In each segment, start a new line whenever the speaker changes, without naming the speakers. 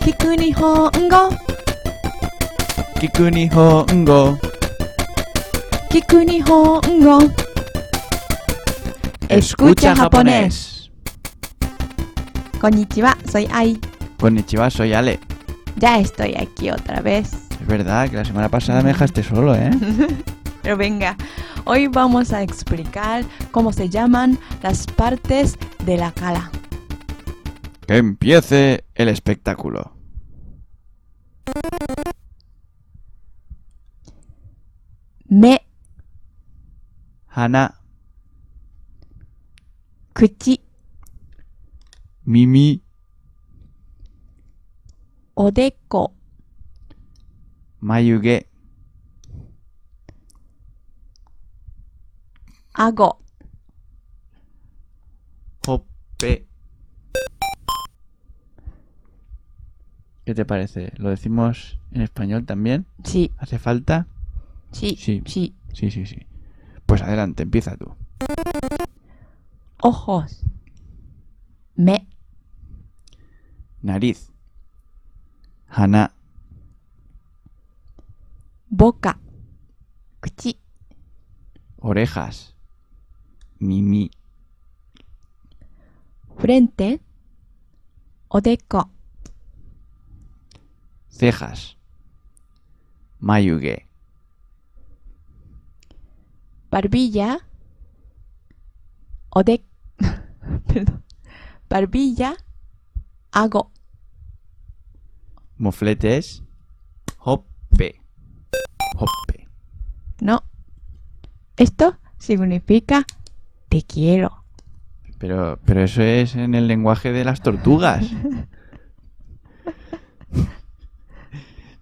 聞く日本語
聞く日本語
聞く日本語 Escucha japonés. こんにちは、soy Ai.
Konnichiwa, soy Ale.
Ya estoy aquí otra vez.
Es verdad que la semana pasada me dejaste solo, ¿eh?
Pero venga, hoy vamos a explicar cómo se llaman las partes de la cara.
Que empiece el espectáculo.
Me,
Hana,
口、
Mimi,
おでこ、
Mayuge,
顎、
Hoppe. ¿Qué te parece? ¿Lo decimos en español también?
sí,
¿Hace falta?
sí,
Sí.
sí,
Sí, sí, sí. Pues adelante, empieza tú.
ojos, me,
Nariz. Hana,
ボカ、口、
orejas. Mimi,
フレンテ、おでこ、
cejas. Mayuge,
バルビーヤ、おで、perdón バルビーヤ、顎、
mofletes. Hoppe. Hoppe.
no. Esto significa te quiero.
Pero, pero eso es en el lenguaje de las tortugas.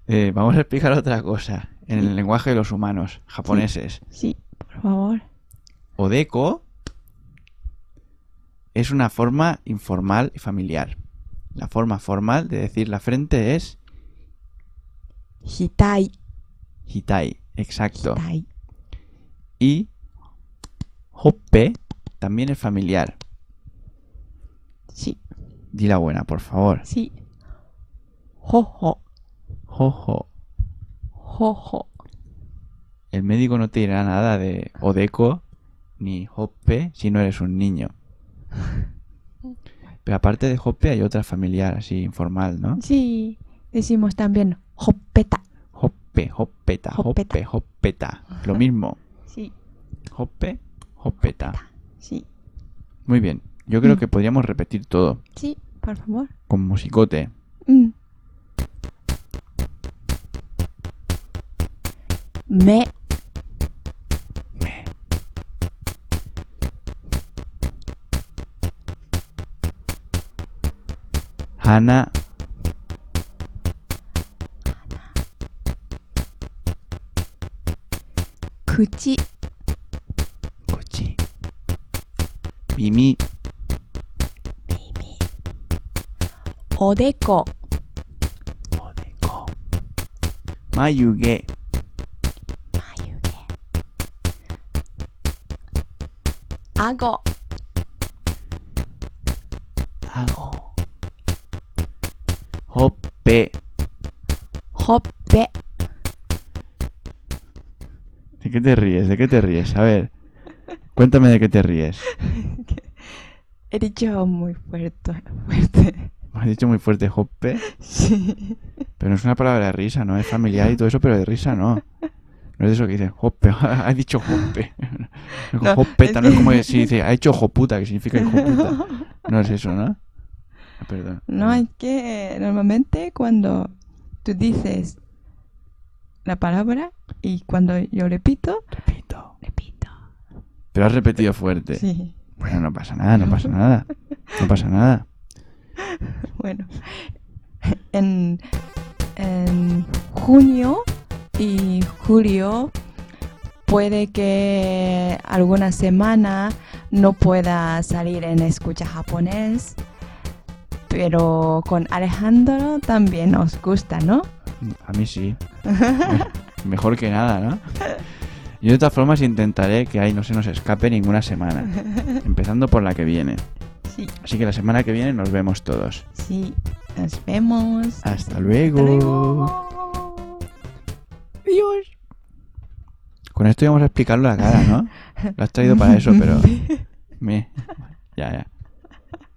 Eh, vamos a explicar otra cosa. En el lenguaje de los humanos japoneses.
Sí, por favor.
Odeko es una forma informal y familiar. La forma formal de decir la frente es
額、
hitai, exacto.
額、
Y hoppe también es familiar.
sí,
Di la buena, por favor.
sí. 頬、
Jojo.
頬、
El médico no te dirá nada de odeco ni hoppe si no eres un niño. Pero aparte de hoppe hay otra familiar, así informal, ¿no?
sí. Decimos también ほっぺた、
Hoppe, hoppeta,
Hoppeta.
hoppe, hoppeta. Lo mismo.
sí,
Hoppe, hoppeta.
sí,
Muy bien. Yo creo
Mm.
que podríamos repetir todo
sí, por favor.
con musicote.
Mm. Me,
Me, Hana,
口、
Kuchi. Mimi,
おでこ、
Odeko. Mayuge,
眉毛。顎、
Ago. Hoppe.
ほっぺ、
¿De qué te ríes? ¿De qué te ríes? A ver. Cuéntame de qué te ríes.
He dicho muy fuerte, fuerte.
Me has dicho muy fuerte hoppe,
Sí.
pero no es una palabra de risa, ¿no? Es familiar y todo eso, pero de risa no. No es de eso que dicen hoppe, ha dicho hoppe.
No,
Hoppeta,
es
no es
que-
como si dice, ha hecho joputa, que significa hijoputa. No es eso, ¿no? Ah, Perdón.
No, es que normalmente cuando tú dices la palabra y cuando yo repito,
Repito.
repito.
Pero has repetido fuerte.
Sí.
Bueno, no pasa nada, no pasa nada. No pasa nada.
Bueno, en, en junio y julio puede que alguna semana no pueda salir en escucha japonés, pero con Alejandro también os gusta, ¿no?
A mí sí. Mejor que nada, ¿no? Yo de todas formas intentaré que ahí no se nos escape ninguna semana. Empezando por la que viene.
Sí,
Así que la semana que viene nos vemos todos.
sí, Nos vemos.
Hasta luego.
Hasta luego. Adiós.
Con esto íbamos a explicarlo a la cara, ¿no? Lo has traído para eso, pero... me- Ya, ya.